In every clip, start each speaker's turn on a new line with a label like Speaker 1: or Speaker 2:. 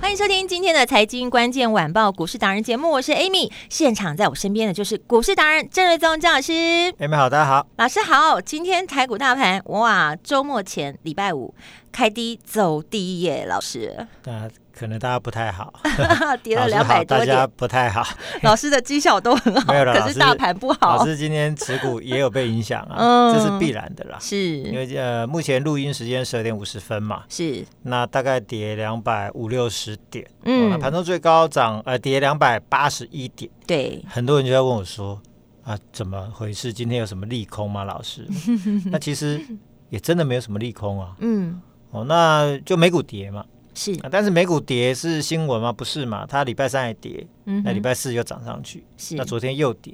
Speaker 1: 欢迎收听今天的财经关键晚报股市达人节目，我是 Amy，现场在我身边的就是股市达人郑瑞宗郑老师。
Speaker 2: 哎，妹好，大家好。
Speaker 1: 老师好，今天台股大盘哇，周末前礼拜五开低走低耶，老 师
Speaker 2: 那可能大家不太好，
Speaker 1: 跌了
Speaker 2: 老师
Speaker 1: 两
Speaker 2: 好
Speaker 1: 百多
Speaker 2: 大家
Speaker 1: 点，
Speaker 2: 不 太好。
Speaker 1: 老师的绩效都很好，
Speaker 2: 没有啦
Speaker 1: 可
Speaker 2: 老
Speaker 1: 是
Speaker 2: 师
Speaker 1: 大盘不
Speaker 2: 老
Speaker 1: 好，
Speaker 2: 师今天持股也有被影响 啊，
Speaker 1: 嗯
Speaker 2: 这是必然的啦。因
Speaker 1: 是
Speaker 2: 为呃，目前录音时间十二点五十分嘛，
Speaker 1: 是，
Speaker 2: 那大概跌两百五六十点，哦
Speaker 1: 嗯
Speaker 2: 那盘中最高涨呃跌两百八十一点，
Speaker 1: 对，
Speaker 2: 很多人就在问我说啊，怎么回事？今天有什么利空吗？老师，那其实也真的没有什么利空啊，
Speaker 1: 嗯，
Speaker 2: 哦，那就美股跌嘛，
Speaker 1: 是，
Speaker 2: 啊但是美股跌是新闻吗？不是嘛，它礼拜三也跌，
Speaker 1: 嗯哼，
Speaker 2: 那礼拜四又涨上去，
Speaker 1: 是
Speaker 2: 那昨天又跌。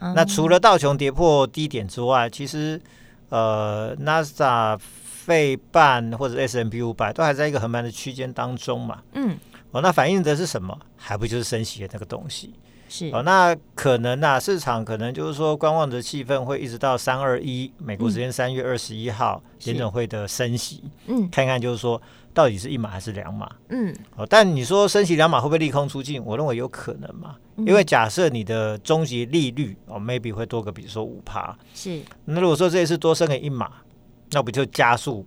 Speaker 1: 嗯
Speaker 2: 那除了道琼跌破低点之外，其实呃，纳斯达费半或者 S M P 五百都还在一个横盘的区间当中嘛。
Speaker 1: 嗯
Speaker 2: 哦，那反映的是什么？还不就是升息的那个东西？
Speaker 1: 是
Speaker 2: 哦，那可能呐、市场可能就是说观望的气氛会一直到三二一，美国时间三月二十一号
Speaker 1: 嗯是
Speaker 2: 联准会的升息，
Speaker 1: 嗯
Speaker 2: 看看就是说到底是一码还是两码。
Speaker 1: 嗯
Speaker 2: 哦，但你说升息两码会不会利空出尽？我认为有可能嘛，因为假设你的终极利率哦，maybe 会多个，比如说五趴。
Speaker 1: 是
Speaker 2: 那如果说这一次多升个一码，那不就加速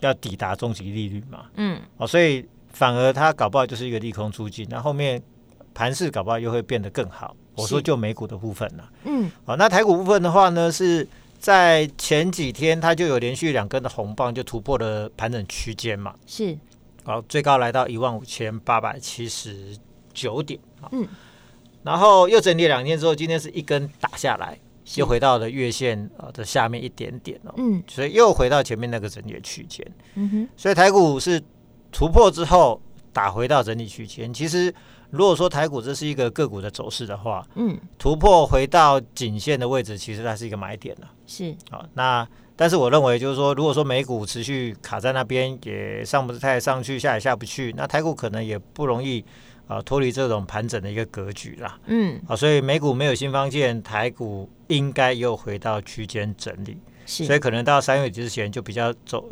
Speaker 2: 要抵达终极利率嘛？
Speaker 1: 嗯
Speaker 2: 哦，所以反而它搞不好就是一个利空出尽，那后面盘势搞不好又会变得更好。我说
Speaker 1: 是
Speaker 2: 就美股的部分啦、
Speaker 1: 嗯
Speaker 2: 哦，那台股部分的话呢，是在前几天它就有连续两根的红棒，就突破了盘整区间嘛。
Speaker 1: 是
Speaker 2: 好，最高来到一万五千八百七十九点。好
Speaker 1: 嗯，
Speaker 2: 然后又整理两天之后，今天是一根打下来，
Speaker 1: 是
Speaker 2: 又回到了月线呃的下面一点点哦，
Speaker 1: 嗯
Speaker 2: 所以又回到前面那个整理的区间。
Speaker 1: 嗯哼
Speaker 2: 所以台股是突破之后打回到整理区间。其实如果说台股这是一个个股的走势的话，
Speaker 1: 嗯
Speaker 2: 突破回到颈线的位置，其实它是一个买点哦了、
Speaker 1: 是
Speaker 2: 好、那但是我认为就是说，如果说美股持续卡在那边，也上不太上去，下也下不去，那台股可能也不容易啊、呃脱离这种盘整的一个格局啦。
Speaker 1: 嗯
Speaker 2: 啊、所以美股没有新方向，台股应该又回到区间整理，
Speaker 1: 是
Speaker 2: 所以可能到三月底之前就比较走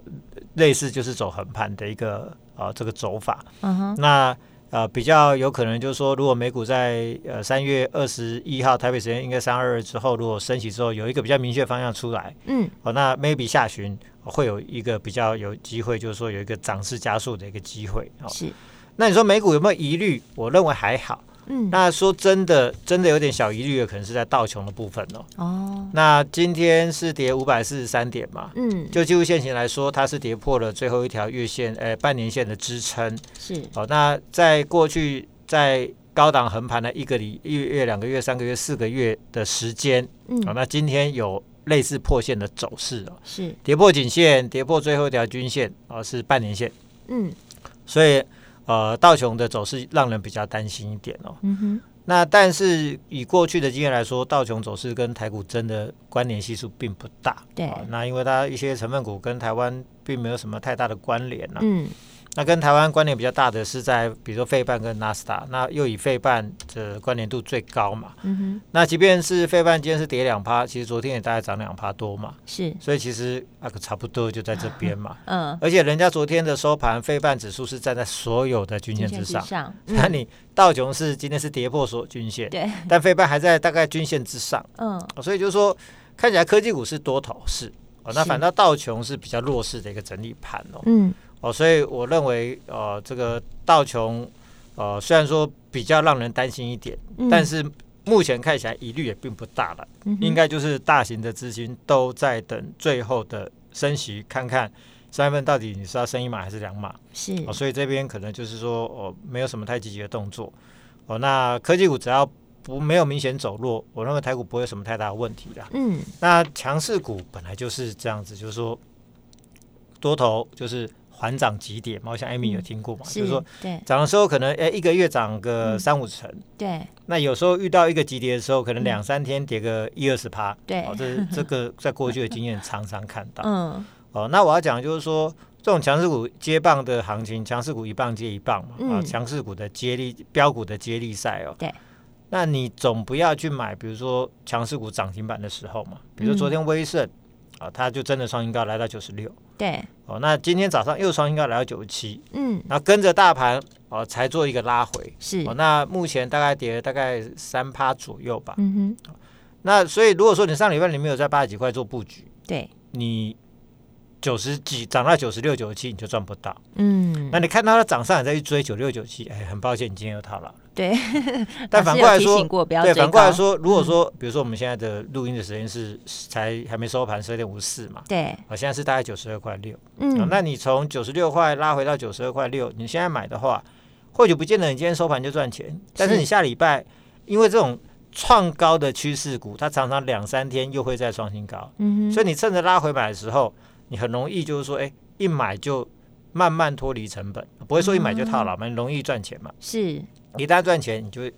Speaker 2: 类似就是走横盘的一个啊、呃这个走法。
Speaker 1: 嗯哼
Speaker 2: 那呃，比较有可能就是说，如果美股在呃三月二十一号台北时间应该三二之后，如果升息之后有一个比较明确方向出来，
Speaker 1: 嗯
Speaker 2: 哦，那 maybe 下旬会有一个比较有机会，就是说有一个涨势加速的一个机会哦。
Speaker 1: 是
Speaker 2: 那你说美股有没有疑虑？我认为还好。
Speaker 1: 嗯
Speaker 2: 那说真的，真的有点小疑虑的，可能是在道琼的部分哦。
Speaker 1: 哦
Speaker 2: 那今天是跌五百四十三点嘛？
Speaker 1: 嗯
Speaker 2: 就技术线型来说，它是跌破了最后一条月线，呃，半年线的支撑。
Speaker 1: 是
Speaker 2: 好、那在过去在高档横盘的一个礼一个月、两个月、三个月、四个月的时间，哦
Speaker 1: 嗯
Speaker 2: 好、那今天有类似破线的走势哦，
Speaker 1: 是
Speaker 2: 跌破颈线，跌破最后一条均线，哦，是半年线，
Speaker 1: 嗯
Speaker 2: 所以呃，道琼的走势让人比较担心一点哦。
Speaker 1: 嗯哼
Speaker 2: 那但是以过去的经验来说，道琼走势跟台股真的关联系数并不大，
Speaker 1: 对
Speaker 2: 啊那因为它一些成分股跟台湾并没有什么太大的关联呐、
Speaker 1: 嗯
Speaker 2: 那跟台湾关联比较大的是在比如说费半跟纳斯达，那又以费半的关联度最高嘛。
Speaker 1: 嗯哼
Speaker 2: 那即便是费半今天是跌两趴，其实昨天也大概涨两趴多嘛，
Speaker 1: 是
Speaker 2: 所以其实啊差不多就在这边嘛。
Speaker 1: 嗯
Speaker 2: 而且人家昨天的收盘，费半指数是站在所有的均线之上，
Speaker 1: 上 嗯
Speaker 2: 那你道琼斯今天是跌破所有均线，
Speaker 1: 对
Speaker 2: 但费半还在大概均线之上，
Speaker 1: 嗯
Speaker 2: 哦所以就是说看起来科技股是多头市哦，那
Speaker 1: 是
Speaker 2: 反倒道琼是比较弱势的一个整理盘哦。
Speaker 1: 嗯
Speaker 2: 哦，所以我认为呃，这个道琼呃，虽然说比较让人担心一点，
Speaker 1: 嗯
Speaker 3: 嗯
Speaker 2: 但是目前看起来疑虑也并不大了，应该就是大型的资金都在等最后的升息，看看三月份到底你是要升一码还是两码。
Speaker 1: 是
Speaker 2: 哦哦，所以这边可能就是说，哦，没有什么太积极的动作。哦，那科技股只要不没有明显走弱，我认为台股不会有什么太大的问题啦。
Speaker 1: 嗯
Speaker 2: 那强势股本来就是这样子，就是说多头就是缓涨急跌嘛，我想艾米有听过嘛，
Speaker 1: 是，
Speaker 2: 就是说
Speaker 1: 对
Speaker 2: 涨的时候可能诶、一个月涨个三五成，
Speaker 1: 对
Speaker 2: 那有时候遇到一个急跌的时候，可能两三天跌个一二十趴，
Speaker 1: 嗯对
Speaker 2: 哦， 这这个在过去的经验常常看到。
Speaker 1: 嗯
Speaker 2: 哦，那我要讲就是说，这种强势股接棒的行情，强势股一棒接一棒嘛，啊，
Speaker 1: 嗯
Speaker 2: 强势股的接力标股的接力赛哦。
Speaker 1: 对。
Speaker 2: 那你总不要去买，比如说强势股涨停板的时候
Speaker 1: 嗯
Speaker 2: 嘛，比如说昨天威盛、啊，它就真的创新高来到九十六，
Speaker 1: 对
Speaker 2: 哦，那今天早上又创新高来到九十七，
Speaker 1: 嗯
Speaker 2: 然后跟着大盘哦才做一个拉回，
Speaker 1: 是
Speaker 2: 哦，那目前大概跌了大概三趴左右吧。
Speaker 1: 嗯哼
Speaker 2: 那所以如果说你上礼拜你没有在八十几块做布局，
Speaker 1: 对
Speaker 2: 你九十几涨到九十六、九十七，你就赚不到。
Speaker 1: 嗯
Speaker 2: 那你看到它涨上来再去追九六、九七，哎，很抱歉，你今天又套牢了。
Speaker 1: 对，
Speaker 2: 但
Speaker 1: 老
Speaker 2: 反
Speaker 1: 师
Speaker 2: 过来
Speaker 1: 有提
Speaker 2: 说
Speaker 1: 醒，过不要
Speaker 2: 对，
Speaker 1: 追
Speaker 2: 反过来
Speaker 1: 高嗯
Speaker 2: 说，如果说，比如说我们现在的录音的时间是才还没收盘，十二点五十四嘛，
Speaker 1: 对
Speaker 2: 啊，现在是大概九十二块六、啊
Speaker 1: 嗯
Speaker 2: 那你从九十六块拉回到九十二块六，你现在买的话，或许不见得你今天收盘就赚钱，但是
Speaker 1: 是
Speaker 2: 你下礼拜因为这种创高的趋势股，它常常两三天又会再创新高，
Speaker 1: 嗯哼
Speaker 2: 所以你趁着拉回买的时候，你很容易就是说，哎、一买就慢慢脱离成本，不会说一买就套牢
Speaker 1: 嗯
Speaker 2: 嘛，你容易赚钱嘛。
Speaker 1: 是
Speaker 2: 一旦赚钱，你就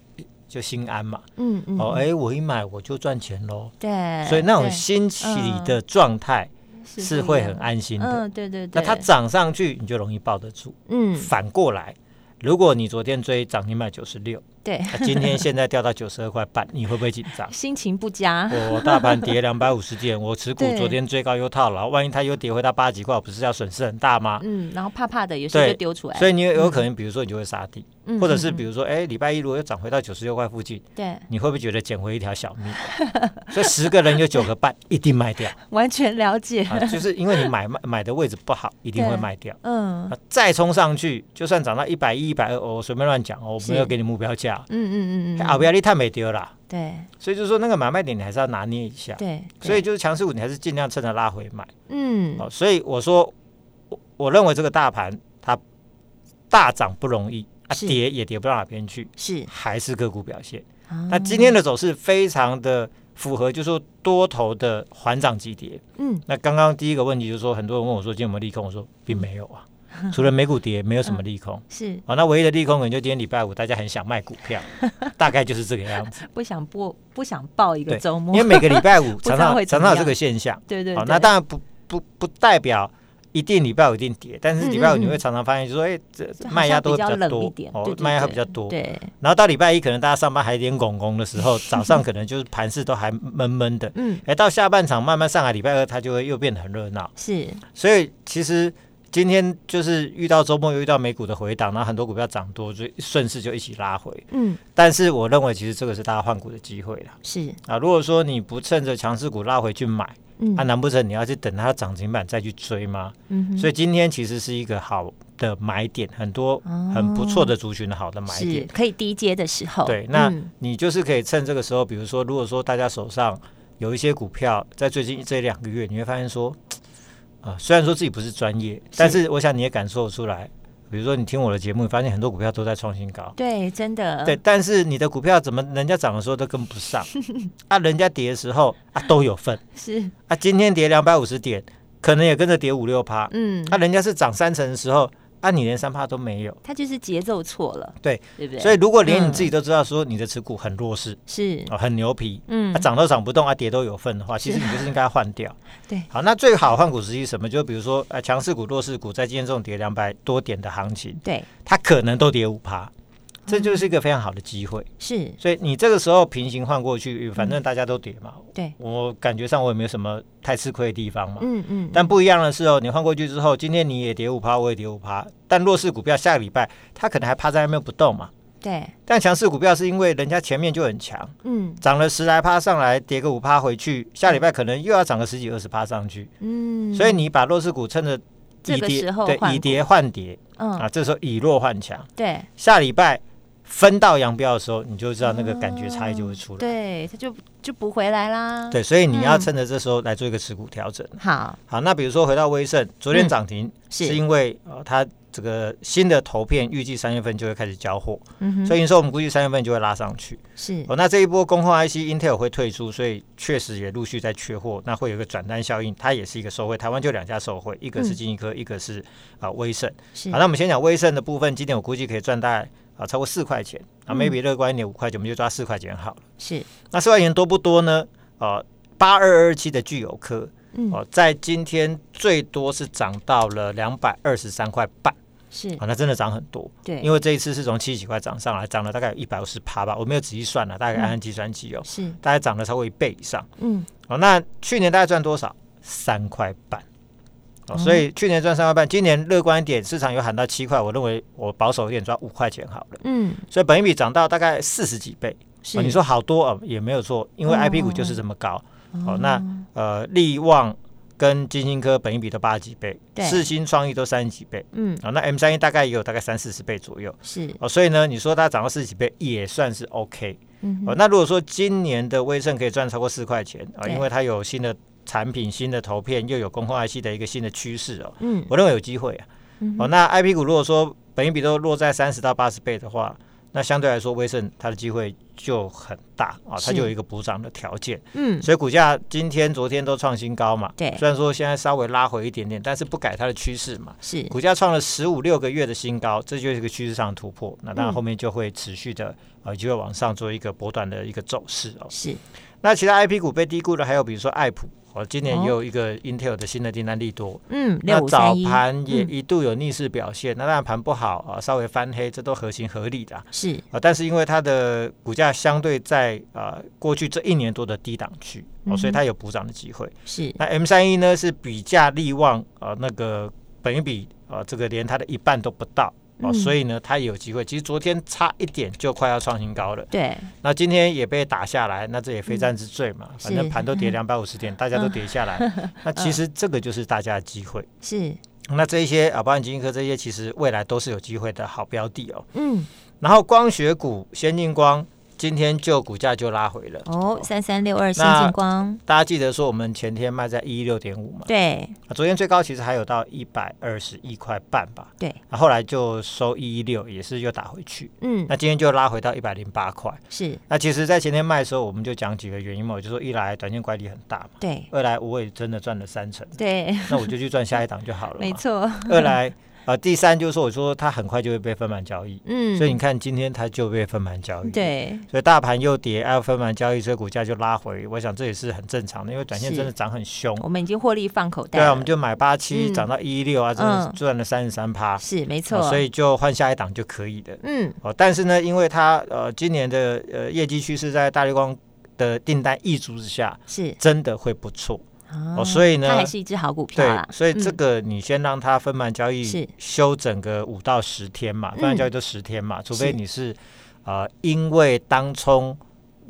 Speaker 2: 就心安嘛。
Speaker 1: 嗯嗯
Speaker 2: 哦，哎、我一买我就赚钱喽。
Speaker 1: 对，
Speaker 2: 所以那种
Speaker 1: 对
Speaker 2: 心起的状态是会很安心的。
Speaker 1: 嗯对对
Speaker 2: 那
Speaker 1: 对，
Speaker 2: 它涨上去，你就容易抱得住。
Speaker 1: 嗯
Speaker 2: 反过来，如果你昨天追涨停板九十六，
Speaker 1: 对？
Speaker 2: 啊今天现在掉到九十二块半，你会不会紧 张
Speaker 1: 心情不佳，
Speaker 2: 我大盘跌两百五十点，我持股
Speaker 1: 对
Speaker 2: 昨天最高又套牢，万一它又跌回到八几块，我不是要损失很大吗？
Speaker 1: 嗯，然后怕怕的，有时候
Speaker 2: 对
Speaker 1: 就丢出来，
Speaker 2: 所以你有可能，比如说你就会杀低，
Speaker 1: 嗯
Speaker 2: 或者是
Speaker 1: 嗯
Speaker 2: 比
Speaker 1: 嗯
Speaker 2: 如说，哎，礼拜一如果又涨回到九十六块附近，
Speaker 1: 对，
Speaker 2: 你会不会觉得捡回一条小 命？所以十个人有九个半一定卖掉
Speaker 1: 完全了解，
Speaker 2: 啊，就是因为你买卖买的位置不好，一定会卖掉。
Speaker 1: 嗯
Speaker 2: 啊再冲上去，就算涨到一百一、一百二，我随便乱讲哦，我
Speaker 1: 是
Speaker 2: 没有给你目标价
Speaker 1: 嗯，嗯嗯
Speaker 2: 啊，
Speaker 1: 嗯，
Speaker 2: 不要你太没丢啦。
Speaker 1: 对
Speaker 2: 所以就是说那个买卖点你还是要拿捏一下。
Speaker 1: 对，
Speaker 2: 所以就是强势股，你还是尽量趁着拉回买。
Speaker 1: 嗯
Speaker 2: 哦，所以我说，我我认为这个大盘它大涨不容易啊，
Speaker 1: 是
Speaker 2: 跌也跌不到哪边去，
Speaker 1: 是，啊
Speaker 2: 还是个股表现。
Speaker 1: 那
Speaker 2: 哦那今天的走势非常的符合，就是说多头的缓涨急跌。
Speaker 1: 嗯
Speaker 2: 那刚刚第一个问题就是说，很多人问我说今天有没有利空，我说并没有 啊，除了美股跌，没有什么
Speaker 1: 嗯
Speaker 2: 利空。
Speaker 1: 是
Speaker 2: 哦，那唯一的利空可能就今天礼拜五大家很想卖股 票，大概就是这个样子。
Speaker 1: 不想播不想报一个
Speaker 2: 对
Speaker 1: 周，末
Speaker 2: 因为，每个礼拜五
Speaker 1: 知道
Speaker 2: 常常
Speaker 1: 会怎
Speaker 2: 常
Speaker 1: 么
Speaker 2: 常
Speaker 1: 样
Speaker 2: 有这个现象。
Speaker 1: 对对
Speaker 2: 好、
Speaker 1: 对，
Speaker 2: 那当然不不不代表一定礼拜五一定跌，但是礼拜五
Speaker 1: 嗯嗯嗯
Speaker 2: 你会常常发现，就说哎、这
Speaker 1: 好像
Speaker 2: 卖压都会
Speaker 1: 比较
Speaker 2: 较
Speaker 1: 冷
Speaker 2: 多哦
Speaker 1: 一点对对
Speaker 2: 卖压会
Speaker 1: 对
Speaker 2: 比较多。
Speaker 1: 对，
Speaker 2: 然后到礼拜一可能大家上班还有点拱拱的 时候，早上可能就是盘势都还闷闷的，
Speaker 1: 嗯
Speaker 2: 哎，到下半场慢慢上来，礼拜二它就会又变得很热闹。
Speaker 1: 是
Speaker 2: 所以其实今天就是遇到周末又遇到美股的回档，然后很多股票涨多，所以顺势就一起拉回。
Speaker 1: 嗯
Speaker 2: 但是我认为其实这个是大家换股的机会啦。
Speaker 1: 是
Speaker 2: 啊，如果说你不趁着强势股拉回去买，
Speaker 1: 嗯
Speaker 2: 啊，难不成你要去等它涨停板再去追吗？
Speaker 1: 嗯哼
Speaker 2: 所以今天其实是一个好的买点，很多
Speaker 1: 哦
Speaker 2: 很不错的族群的好的买
Speaker 1: 是
Speaker 2: 点。
Speaker 1: 可以低阶的时候，
Speaker 2: 对，那
Speaker 1: 嗯
Speaker 2: 你就是可以趁这个时候，比如说，如果说大家手上有一些股票，在最近这两个月，你会发现说，啊、虽然说自己不是专业，但是我想你也感受得出来。比如说，你听我的节目，你发现很多股票都在创新高，
Speaker 1: 对真的
Speaker 2: 对，但是你的股票怎么人家涨的时候都跟不 上，啊，人家跌的时候啊都有份，
Speaker 1: 是
Speaker 2: 啊，今天跌两百五十点，可能也跟着跌五六趴，
Speaker 1: 嗯，
Speaker 2: 啊，人家是涨三成的时候，啊，你连三趴都没有，
Speaker 1: 它就是节奏错了，
Speaker 2: 对，
Speaker 1: 对不对？
Speaker 2: 所以如果连你
Speaker 1: 嗯
Speaker 2: 自己都知道说你的持股很弱势，
Speaker 1: 是
Speaker 2: 哦，很牛皮，
Speaker 1: 嗯
Speaker 2: 啊，涨都涨不动，啊，跌都有份的话，其实你就是应该换掉。
Speaker 1: 对
Speaker 2: 好，那最好换股时机是什么？就比如说，呃，强势股、弱势股，在今天这种跌两百多点的行情，
Speaker 1: 对哦
Speaker 2: 它可能都跌五趴，这就是一个非常好的机会。
Speaker 1: 是
Speaker 2: 所以你这个时候平行换过去，反正大家都跌嘛，
Speaker 1: 嗯对
Speaker 2: 我感觉上我也没有什么太吃亏的地方嘛。
Speaker 1: 嗯嗯
Speaker 2: 但不一样的是哦，你换过去之后，今天你也跌五趴，我也跌五趴，但弱势股票下个礼拜它可能还趴在那边不动嘛。
Speaker 1: 对
Speaker 2: 但强势股票是因为人家前面就很强，
Speaker 1: 嗯
Speaker 2: 涨了十来趴上来，跌个五趴回去，下礼拜可能又要涨个十几二十趴上去。
Speaker 1: 嗯，
Speaker 2: 所以你把弱势股趁着
Speaker 1: 这
Speaker 2: 以
Speaker 1: 个
Speaker 2: 跌
Speaker 1: 时候换
Speaker 2: 对
Speaker 1: 股
Speaker 2: 以跌换跌啊，
Speaker 1: 嗯
Speaker 2: 这时候以弱换强，
Speaker 1: 对
Speaker 2: 下礼拜分道扬镳的时候，你就知道那个感觉差异就会出来。
Speaker 1: 对，它就就不回来啦。，
Speaker 2: 对，所以你要
Speaker 1: 嗯
Speaker 2: 趁着这时候来做一个持股调整。
Speaker 1: 好嗯
Speaker 2: 好，那比如说回到威盛，昨天涨停
Speaker 1: 是
Speaker 2: 是因为呃它这个新的投片预计三月份就会开始交货，
Speaker 1: 嗯哼，
Speaker 2: 所以营收我们估计三月份就会拉上去。
Speaker 1: 是
Speaker 2: 哦，那这一波工控 IC Intel 会退出，所以确实也陆续在缺货，那会有一个转单效应，它也是一个受惠。台湾就两家受惠，一个是金一科，一个是啊、威盛。
Speaker 1: 嗯是
Speaker 2: 好，那我们先讲威盛的部分，今年我估计可以赚大概啊、超过四块钱，啊
Speaker 1: 嗯
Speaker 2: maybe 乐观一点五块钱，我们就抓四块钱好了。
Speaker 1: 是，
Speaker 2: 那四块钱多不多呢？啊，八二二七的具有科
Speaker 1: 嗯
Speaker 2: 哦、在今天最多是涨到了两百二十三块半，
Speaker 1: 是
Speaker 2: 啊、，那真的涨很多。
Speaker 1: 对，
Speaker 2: 因
Speaker 1: 为
Speaker 2: 为这一次是从七十几块涨上来，涨了大概有一百五十趴吧，我没有仔细算了，大概按按计算机哦，
Speaker 1: 是
Speaker 2: 大概涨了超过一倍以上。
Speaker 1: 嗯
Speaker 2: 哦，那去年大概赚多少？三块半。
Speaker 1: 哦
Speaker 2: 哦，所以去年赚三块半，今年乐观一点，市场有喊到七块，我认为我保守一点抓五块钱好了。
Speaker 1: 嗯
Speaker 2: 所以本一比涨到大概四十几倍，
Speaker 1: 是，
Speaker 2: 哦，你说好多哦，也没有错，因为
Speaker 1: 哦
Speaker 2: I P 股就是这么高。哦，那呃，力旺跟金星科本一比都八十几倍，
Speaker 1: 对
Speaker 2: 世新创意都三十几倍，
Speaker 1: 嗯
Speaker 2: 哦，那 M 三一大概也有大概三四十倍左右。
Speaker 1: 是，
Speaker 2: 哦，所以呢，你说它涨到四十几倍也算是 OK
Speaker 1: 嗯
Speaker 2: 哦
Speaker 1: 哼。
Speaker 2: 那如果说今年的威盛可以赚超过四块钱啊、
Speaker 1: 对
Speaker 2: 因为它有新的产品、新的投片，又有工控 IC 的一个新的趋势哦，
Speaker 1: 嗯
Speaker 2: 我认为有机会啊。
Speaker 1: 嗯
Speaker 2: 哦，那 IP 股如果说本益比都落在三十到八十倍的话，那相对来说威盛它的机会就很大啊、它
Speaker 1: 是
Speaker 2: 就有一个补涨的条件，
Speaker 1: 嗯
Speaker 2: 所以股价今天、昨天都创新高嘛。
Speaker 1: 对
Speaker 2: 虽然说现在稍微拉回一点点，但是不改它的趋势嘛。
Speaker 1: 是
Speaker 2: 股价创了十五六个月的新高，这就是一个趋势上的突
Speaker 1: 嗯
Speaker 2: 破。那当然后面就会持续的呃，就会往上做一个波段的一个走势哦。
Speaker 1: 是
Speaker 2: 那其他 I P 股被低估的还有比如说爱普，哦，今年
Speaker 1: 哦
Speaker 2: 也有一个 Intel 的新的订单利多。
Speaker 1: 嗯
Speaker 2: 那
Speaker 1: 六五
Speaker 2: 早
Speaker 1: 三一
Speaker 2: 盘也
Speaker 1: 嗯
Speaker 2: 一度有逆势表现，那当然盘不好啊，稍微翻黑，这都合情合理的啊。
Speaker 1: 是
Speaker 2: 啊但是因为它的股价相对在啊过去这一年多的低档区，哦，所以它有补涨的机会。
Speaker 1: 嗯是
Speaker 2: 那 M 三一呢是比价力旺啊、呃那个本一比啊、呃这个连它的一半都不到哦、
Speaker 1: 嗯
Speaker 2: 所以呢它也有机会。其实昨天差一点就快要创新高了，
Speaker 1: 对
Speaker 2: 那今天也被打下来，那这也非战之罪嘛，
Speaker 1: 嗯是
Speaker 2: 反正盘都跌两百五 十点，大家都跌下来，那其实这个就是大家的机会。
Speaker 1: 是
Speaker 2: 那这一些啊，保险基金科这些，其实未来都是有机会的好标的哦。
Speaker 1: 嗯
Speaker 2: 然后光学股先进光今天就股价就拉回了
Speaker 1: 哦三三六二新
Speaker 2: 那
Speaker 1: 进光
Speaker 2: 大家记得说我们前天卖在一六点五嘛，
Speaker 1: 对
Speaker 2: 啊昨天最高其实还有到一百二十一块半吧，
Speaker 1: 对
Speaker 2: 啊后来就收一一六，也是又打回去。
Speaker 1: 嗯
Speaker 2: 那今天就拉回到一百零八块。
Speaker 1: 是
Speaker 2: 那其实，在前天卖的时候，我们就讲几个原因嘛，我就说一来短线乖离很大嘛，
Speaker 1: 对
Speaker 2: 二来我也真的赚了三成，
Speaker 1: 对
Speaker 2: 那我就去赚下一档就好了 嘛。
Speaker 1: 没。错
Speaker 2: 二来啊、呃第三就是说，我说它很快就会被分盘交易，
Speaker 1: 嗯
Speaker 2: 所以你看今天它就被分盘交易。。
Speaker 1: 对
Speaker 2: 所以大盘又跌，还有分盘交易，所以股价就拉回。我想这也是很正常的，因为短线
Speaker 1: 是
Speaker 2: 真的涨很凶。
Speaker 1: 我们已经获利放口袋
Speaker 2: 对
Speaker 1: 了
Speaker 2: 啊，我们就买八七
Speaker 1: 嗯
Speaker 2: 涨到一六啊，真的
Speaker 1: 嗯
Speaker 2: 赚了三十三趴，
Speaker 1: 是没错
Speaker 2: 哦所以就换下一档就可以的。
Speaker 1: 嗯
Speaker 2: 哦，但是呢，因为它呃今年的呃业绩趋势在大力光的订单溢出之下，
Speaker 1: 是
Speaker 2: 真的会不错。
Speaker 1: 哦
Speaker 2: 所以呢
Speaker 1: 它还是一只好股票
Speaker 2: 对
Speaker 1: 啦，
Speaker 2: 所以这
Speaker 1: 嗯
Speaker 2: 个你先让它分盘交
Speaker 1: 是嗯
Speaker 2: 易休整个五到十天嘛，分盘交易就十天嘛，除非
Speaker 1: 是
Speaker 2: 你是呃因为当冲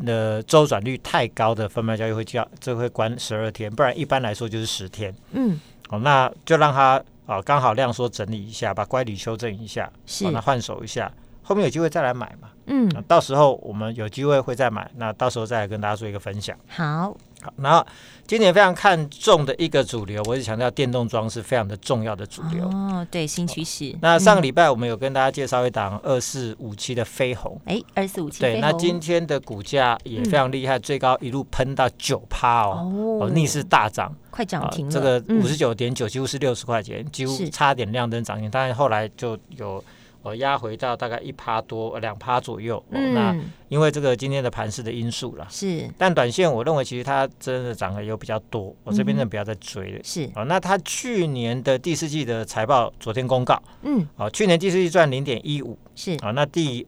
Speaker 2: 的周转率太高的分盘交易会叫这会关十二天，不然一般来说就是十天。
Speaker 1: 嗯
Speaker 2: 哦，那就让它啊刚好量缩整理一下，把乖离修正一下，
Speaker 1: 是
Speaker 2: 哦那换手一下，后面有机会再来买嘛。那
Speaker 1: 嗯
Speaker 2: 到时候我们有机会会再买，那到时候再来跟大家做一个分享。
Speaker 1: 好
Speaker 2: 好，然后今年非常看重的一个主流，我是强调电动装是非常的重要的主流。
Speaker 1: 哦对新趋势
Speaker 2: 那上个
Speaker 1: 嗯
Speaker 2: 礼拜我们有跟大家介绍一档二四五七的飞鸿，
Speaker 1: 哎二四五七
Speaker 2: 对，那今天的股价也非常厉害，最高一路喷到九趴哦。
Speaker 1: 嗯哦
Speaker 2: 哦，逆势大涨啊
Speaker 1: 快涨停了
Speaker 2: 这个
Speaker 1: 嗯
Speaker 2: 五十九点九几乎是六十块钱，几乎
Speaker 1: 是
Speaker 2: 差点亮灯涨停，但是后来就有呃压回到大概一趴多呃两趴左右、哦那
Speaker 1: 嗯
Speaker 2: 因为这个今天的盘势的因素啦，
Speaker 1: 是
Speaker 2: 但短线我认为其实它真的涨得有比较多，我
Speaker 1: 嗯
Speaker 2: 这边呢不要再追了。
Speaker 1: 是
Speaker 2: 哦，那它去年的第四季的财报昨天公告，
Speaker 1: 嗯
Speaker 2: 哦，去年第四季赚零点一五，
Speaker 1: 是
Speaker 2: 哦，那第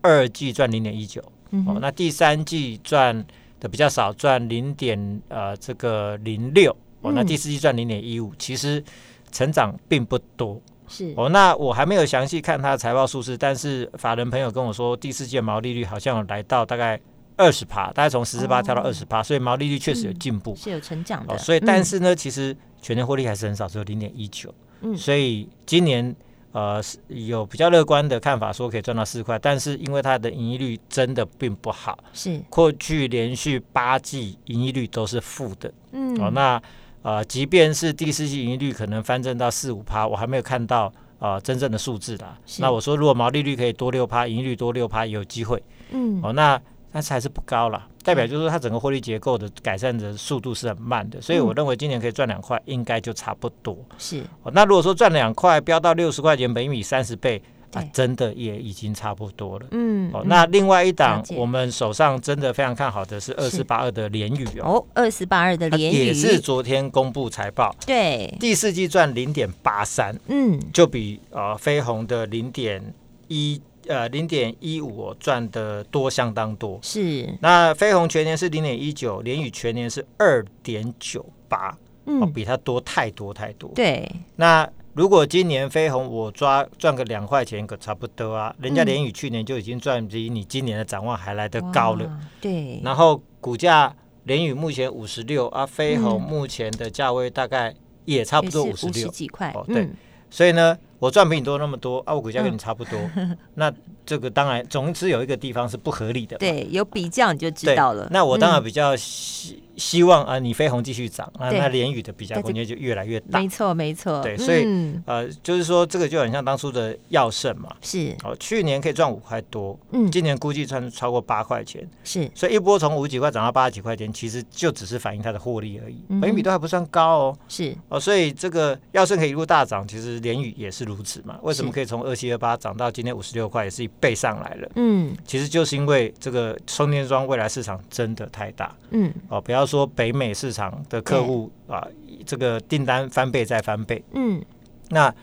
Speaker 2: 二季赚零点一九，
Speaker 1: 嗯
Speaker 2: 哦，
Speaker 1: 哼
Speaker 2: 那第三季赚的比较少，赚零点呃这个零六，哦，那
Speaker 1: 嗯
Speaker 2: 第四季赚零点一五，其实成长并不多。
Speaker 1: 是
Speaker 2: 哦，那我还没有详细看它的财报数字，但是法人朋友跟我说，第四季的毛利率好像有来到大概二十趴，大概从十四趴跳到二十趴，所以毛利率确实有进步。
Speaker 1: 哦嗯是有成长的
Speaker 2: 哦，所以但
Speaker 1: 嗯
Speaker 2: 是呢，其实全年获利还是很少，只有零点一九。
Speaker 1: 嗯
Speaker 2: 所以今年呃是有比较乐观的看法，说可以赚到四块，但是因为它的盈利率真的并不好，
Speaker 1: 嗯是
Speaker 2: 过去连续八季盈利率都是负的。
Speaker 1: 嗯
Speaker 2: 哦，那呃，即便是第四季盈利率可能翻正到四五趴，我还没有看到啊、真正的数字啦。
Speaker 1: 是
Speaker 2: 那我说，如果毛利率可以多六趴，盈利率多六趴，也有机会
Speaker 1: 嗯，
Speaker 2: 哦。那但是还是不高啦，代表就是说它整个获利结构的改善的速度是很慢的，所
Speaker 1: 嗯
Speaker 2: 以我认为今年可以赚两块，应该就差不多。
Speaker 1: 是
Speaker 2: 哦，那如果说赚两块飙到六十块钱，本一米三十倍啊
Speaker 1: 对，
Speaker 2: 真的也已经差不多了。
Speaker 1: 嗯，
Speaker 2: 哦，
Speaker 1: 嗯
Speaker 2: 那另外一
Speaker 1: 了
Speaker 2: 档
Speaker 1: 解
Speaker 2: 我们手上真的非常看好的是二
Speaker 1: 是
Speaker 2: 四八二的联宇哦，
Speaker 1: 哦，二四八二的
Speaker 2: 它
Speaker 1: 联宇
Speaker 2: 也是昨天公布财报，
Speaker 1: 对，
Speaker 2: 第四季赚零点八三，
Speaker 1: 嗯，
Speaker 2: 就比呃飞鸿的零点一呃零点一五哦赚的多相当多。
Speaker 1: 是，
Speaker 2: 那飞鸿全年是零点一九，联宇全年是二点九八，哦，
Speaker 1: 嗯，
Speaker 2: 比它多太多太多。
Speaker 1: 对，
Speaker 2: 那如果今年飞鸿我抓赚个两块钱，可差不多啊。人
Speaker 1: 嗯
Speaker 2: 家联宇去年就已经赚比你今年的展望还来得高了。
Speaker 1: 哇，对，
Speaker 2: 然后股价联宇目前五十六啊，飞
Speaker 1: 嗯
Speaker 2: 鸿目前的价位大概也差不多
Speaker 1: 也
Speaker 2: 五
Speaker 1: 是
Speaker 2: 十
Speaker 1: 50
Speaker 2: 六，
Speaker 1: 几块
Speaker 2: 哦，对
Speaker 1: 嗯，
Speaker 2: 所以呢，我赚比你多那么多啊，我股价跟
Speaker 1: 嗯
Speaker 2: 你差 不多，那这个当然总之有一个地方是不合理的嘛。
Speaker 1: 对，有比较你就知
Speaker 2: 对
Speaker 1: 道了。
Speaker 2: 那我当然
Speaker 1: 嗯
Speaker 2: 比较希希望啊，你飞鸿继续涨，那
Speaker 1: 对
Speaker 2: 那联宇的比价
Speaker 1: 但是
Speaker 2: 空间就越来越大
Speaker 1: 没。错，没错，
Speaker 2: 对所以
Speaker 1: 嗯
Speaker 2: 呃，就是说这个就很像当初的药圣嘛，
Speaker 1: 是，
Speaker 2: 哦，去年可以赚五块多，
Speaker 1: 嗯，
Speaker 2: 今年估计赚超过八块钱，
Speaker 1: 是，
Speaker 2: 所以一波从五几块涨到八十几块钱，其实就只是反映它的获利而已
Speaker 1: 嗯哼，
Speaker 2: 本益比都还不算高哦，
Speaker 1: 是，
Speaker 2: 哦，所以这个药圣可以一路大涨，其实联宇也是如此嘛，为什么
Speaker 1: 是
Speaker 2: 可以从二七二八涨到今天五十六块，也是一倍上来了？
Speaker 1: 嗯
Speaker 2: 其实就是因为这个充电桩未来市场真的太大
Speaker 1: 嗯
Speaker 2: 哦，不要说北美市场的客户啊，这个订单翻倍再翻倍，
Speaker 1: 嗯，
Speaker 2: 那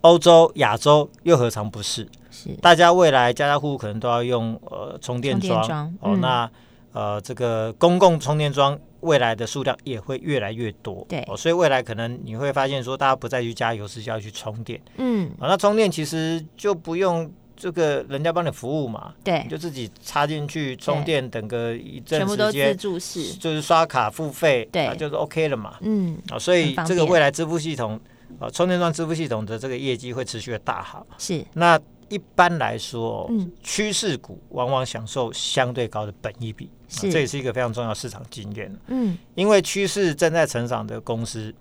Speaker 2: 欧洲、亚洲又何尝不是？
Speaker 1: 是，
Speaker 2: 大家未来家家户户可能都要用呃充电
Speaker 1: 充
Speaker 2: 桩
Speaker 1: 电桩
Speaker 2: 哦，
Speaker 1: 嗯
Speaker 2: 那呃这个公共充电桩未来的数量也会越来越多，
Speaker 1: 对
Speaker 2: 哦，所以未来可能你会发现说，大家不再去加油，是要去充电
Speaker 1: 嗯，
Speaker 2: 啊、哦那充电其实就不用这个人家帮你服务嘛，
Speaker 1: 对
Speaker 2: 你，就自己插进去充电，等个一
Speaker 1: 全
Speaker 2: 阵
Speaker 1: 部都
Speaker 2: 时
Speaker 1: 自
Speaker 2: 间，
Speaker 1: 助式，
Speaker 2: 就是刷卡付费，
Speaker 1: 对
Speaker 2: 啊就是 OK 了嘛。
Speaker 1: 嗯，
Speaker 2: 啊、所
Speaker 1: 很
Speaker 2: 以
Speaker 1: 方
Speaker 2: 这个
Speaker 1: 便
Speaker 2: 未来支付系统，呃，充电桩支付系统的这个业绩会持续的大好。
Speaker 1: 是，
Speaker 2: 那一般来说，
Speaker 1: 嗯
Speaker 2: 趋势股往往享受相对高的本益比，啊
Speaker 1: 是
Speaker 2: 这也是一个非常重要的市场经验。
Speaker 1: 嗯，
Speaker 2: 因为趋势正在成长的公司，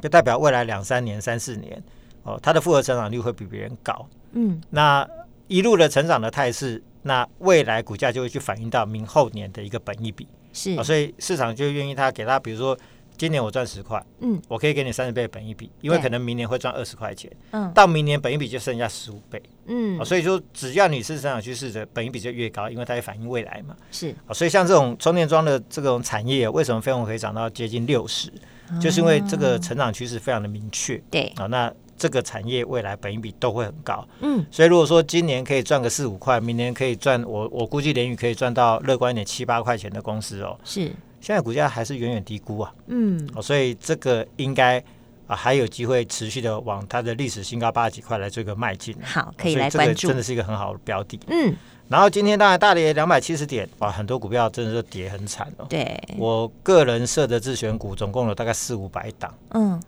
Speaker 2: 就代表未来两三年、三四年，哦，它的复合成长率会比别人高。
Speaker 1: 嗯，
Speaker 2: 那一路的成长的态势，那未来股价就会去反映到明后年的一个本益比，
Speaker 1: 是
Speaker 2: 啊，，所以市场就愿意它给它，比如说。今年我赚十块，
Speaker 1: 嗯，
Speaker 2: 我可以给你三十倍的本益比，因为
Speaker 1: 对
Speaker 2: 可能明年会赚二十块钱，
Speaker 1: 嗯
Speaker 2: 到明年本益比就剩下十五倍，
Speaker 1: 嗯
Speaker 2: 啊，，所以说只要你是成长趋势的，本益比就越高，因为它会反映未来嘛。
Speaker 1: 是，
Speaker 2: 啊，所以像这种充电桩的这种产业，为什么飞鸿可以涨到接近六十、就是因为这个
Speaker 1: 啊
Speaker 2: 成长趋势非常的明确
Speaker 1: 对，
Speaker 2: 啊。那这个产业未来本益比都会很高，
Speaker 1: 嗯，
Speaker 2: 所以如果说今年可以赚个四五块，明年可以赚我我估计联宇可以赚到乐观一点七八块钱的公司哦，
Speaker 1: 是，
Speaker 2: 现在股价还是远远低估啊，
Speaker 1: 嗯，
Speaker 2: 哦，所以这个应该。啊，还有机会持续的往它的历史新高八十几块来做一个迈进啊，
Speaker 1: 好，
Speaker 2: 啊
Speaker 1: 可以
Speaker 2: 所
Speaker 1: 来
Speaker 2: 这
Speaker 1: 关
Speaker 2: 个
Speaker 1: 注
Speaker 2: 真，的是一个很好的标的。
Speaker 1: 嗯，
Speaker 2: 然后今天当然大跌两百七十点，哇，很多股票真的是跌很惨哦。
Speaker 1: 对，
Speaker 2: 我个人设的自选股总共有大概四五百档，
Speaker 1: 嗯，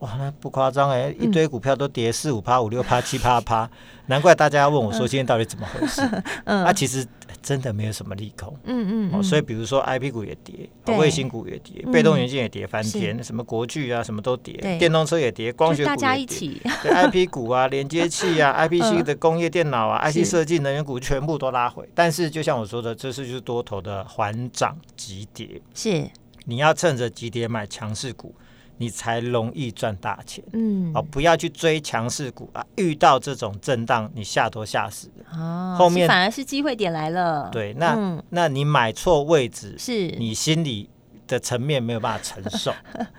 Speaker 2: 哇，那不夸张哎，一堆股票都跌四五趴、五六趴、七 趴趴，难怪大家问我说今天到底怎么回事？
Speaker 1: 嗯
Speaker 2: 啊，其实真的没有什么利空。
Speaker 1: 嗯嗯
Speaker 2: 哦，
Speaker 1: 嗯，
Speaker 2: 所以比如说 I P 股也跌，
Speaker 1: 对
Speaker 2: 啊卫星股也跌
Speaker 1: 嗯，
Speaker 2: 被动元件也跌翻天，什么国巨啊，什么都跌
Speaker 1: 对，
Speaker 2: 电动车也跌，光
Speaker 1: 就
Speaker 2: 学股
Speaker 1: 大
Speaker 2: 也
Speaker 1: 家一
Speaker 2: 跌
Speaker 1: 起，
Speaker 2: 对 IP 股啊、连接器啊、
Speaker 1: 嗯
Speaker 2: IPC 的工业电脑啊、
Speaker 1: 是
Speaker 2: IC 设计、能源股全部都拉回。但是就像我说的，这是就是多头的缓涨急跌，
Speaker 1: 是，
Speaker 2: 你要趁着急跌买强势股，你才容易赚大钱。
Speaker 1: 嗯
Speaker 2: 哦，，不要去追强势股啊！遇到这种震荡，你下多下死的。
Speaker 1: 哦，
Speaker 2: 后
Speaker 1: 是
Speaker 2: 面
Speaker 1: 反而是机会点来了，
Speaker 2: 对，那、
Speaker 1: 嗯
Speaker 2: 那你买错位置，
Speaker 1: 是，
Speaker 2: 你心里的层面没有办法承 受，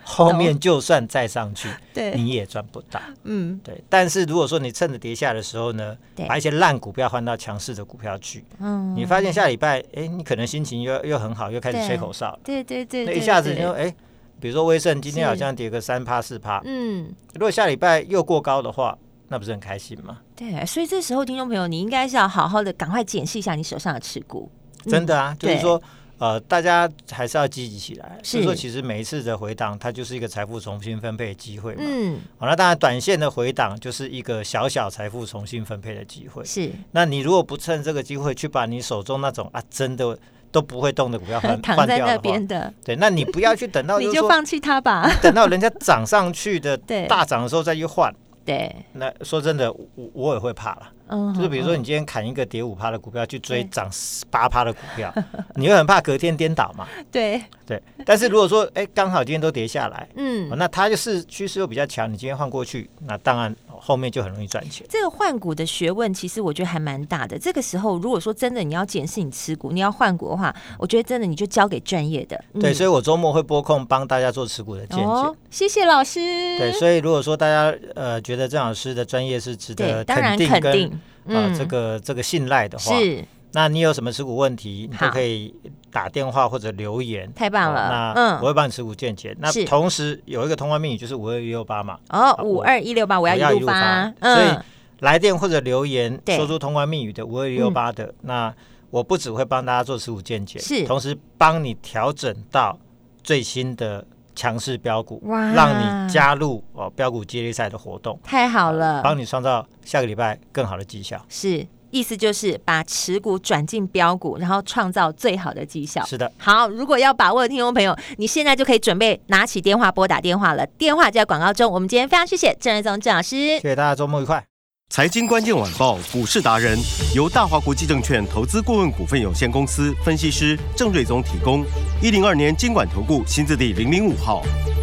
Speaker 2: 后面就算再上去，
Speaker 1: 对，
Speaker 2: 你也赚不到。
Speaker 1: 嗯
Speaker 2: 对，但是如果说你趁着跌下的时候呢
Speaker 1: 对，
Speaker 2: 把一些烂股票换到强势的股票去，
Speaker 1: 嗯，
Speaker 2: 你发现下礼拜，哎，你可能心情又又很好，又开始吹口哨了，
Speaker 1: 对对对，
Speaker 2: 那
Speaker 1: 对
Speaker 2: 一下子
Speaker 1: 对
Speaker 2: 就哎，比如说威盛今天
Speaker 1: 是
Speaker 2: 好像跌个三趴四趴，
Speaker 1: 嗯。
Speaker 2: 如果下礼拜又过高的话，那不是很开心吗？
Speaker 1: 对，所以这时候听众朋友，你应该是要好好的赶快检视一下你手上的持股。嗯
Speaker 2: 真的啊，就是
Speaker 1: 对
Speaker 2: 说。呃，大家还是要积极起来。就是是说，其实每一次的回档，它就是一个财富重新分配的机会嘛。
Speaker 1: 嗯，
Speaker 2: 好、那当然，短线的回档就是一个小小财富重新分配的机会。
Speaker 1: 是
Speaker 2: 那你如果不趁这个机会去把你手中那种啊真的都不会动的股票换
Speaker 1: 躺
Speaker 2: 换
Speaker 1: 在
Speaker 2: 嗯掉
Speaker 1: 那
Speaker 2: 的话
Speaker 1: 边，的，
Speaker 2: 对，那 你不要去等到
Speaker 1: 你
Speaker 2: 是
Speaker 1: 就
Speaker 2: 说
Speaker 1: 放弃它吧。
Speaker 2: 等到人家涨上去的
Speaker 1: 对
Speaker 2: 大涨的时候再去换，
Speaker 1: 对，
Speaker 2: 那说真的，我我也会怕啦。
Speaker 1: 嗯，
Speaker 2: 嗯就是比如说，你今天砍一个跌五趴的股票去追涨八趴的股票， 你会很怕隔天颠倒嘛？
Speaker 1: 对，
Speaker 2: 对。但是如果说，哎，刚好今天都跌下来，
Speaker 1: 嗯
Speaker 2: 哦，那它就是趋势又比较强，你今天换过去，那当然哦后面就很容易赚钱。
Speaker 1: 这个换股的学问，其实我觉得还蛮大的。这个时候，如果说真的你要检视你持股，你要换股的话，我觉得真的你就交给专业的。嗯
Speaker 2: 对，所以我周末会拨空帮大家做持股的见解
Speaker 1: 哦。，谢谢老师。
Speaker 2: 对，所以如果说大家呃觉得郑老师的专业是值
Speaker 1: 对
Speaker 2: 得
Speaker 1: 当然
Speaker 2: 肯定
Speaker 1: 肯
Speaker 2: 跟
Speaker 1: 定，嗯
Speaker 2: 啊这个这个信赖的话，
Speaker 1: 是
Speaker 2: 那你有什么持股问题，你
Speaker 1: 好
Speaker 2: 都可以打电话或者留言。
Speaker 1: 太棒
Speaker 2: 哦
Speaker 1: 了。
Speaker 2: 那我
Speaker 1: 嗯，
Speaker 2: 会帮你持股见解。那
Speaker 1: 是
Speaker 2: 同时有一个通关密语就是五二一六八嘛，
Speaker 1: 哦，五
Speaker 2: 我
Speaker 1: 二一六八，我要一路发。
Speaker 2: 所以
Speaker 1: 嗯，
Speaker 2: 来电或者留言
Speaker 1: 对嗯
Speaker 2: 说出通关密语的五二一六八的，那我不只会帮大家做持股见解，
Speaker 1: 是
Speaker 2: 同时帮你调整到最新的强势标股，
Speaker 1: 哇
Speaker 2: 让你加入哦标股接力赛的活动，
Speaker 1: 太好了。
Speaker 2: 帮你创造下个礼拜更好的绩效。
Speaker 1: 是，意思就是把持股转进标股，然后创造最好的绩效。
Speaker 2: 是的，
Speaker 1: 好，如果要把握的听众朋友，你现在就可以准备拿起电话拨打电话了。电话就在广告中。我们今天非常谢谢郑瑞宗郑老师
Speaker 2: 谢。谢大家，周末愉快。
Speaker 4: 财经关键晚报股市达人由大华国际证券投资顾问股份有限公司分析师郑瑞宗提供。一零二年经管投顾新字第零零五号。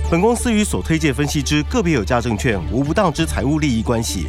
Speaker 4: 本公司与所推介分析之个别有价证券无不当之财务利益关系。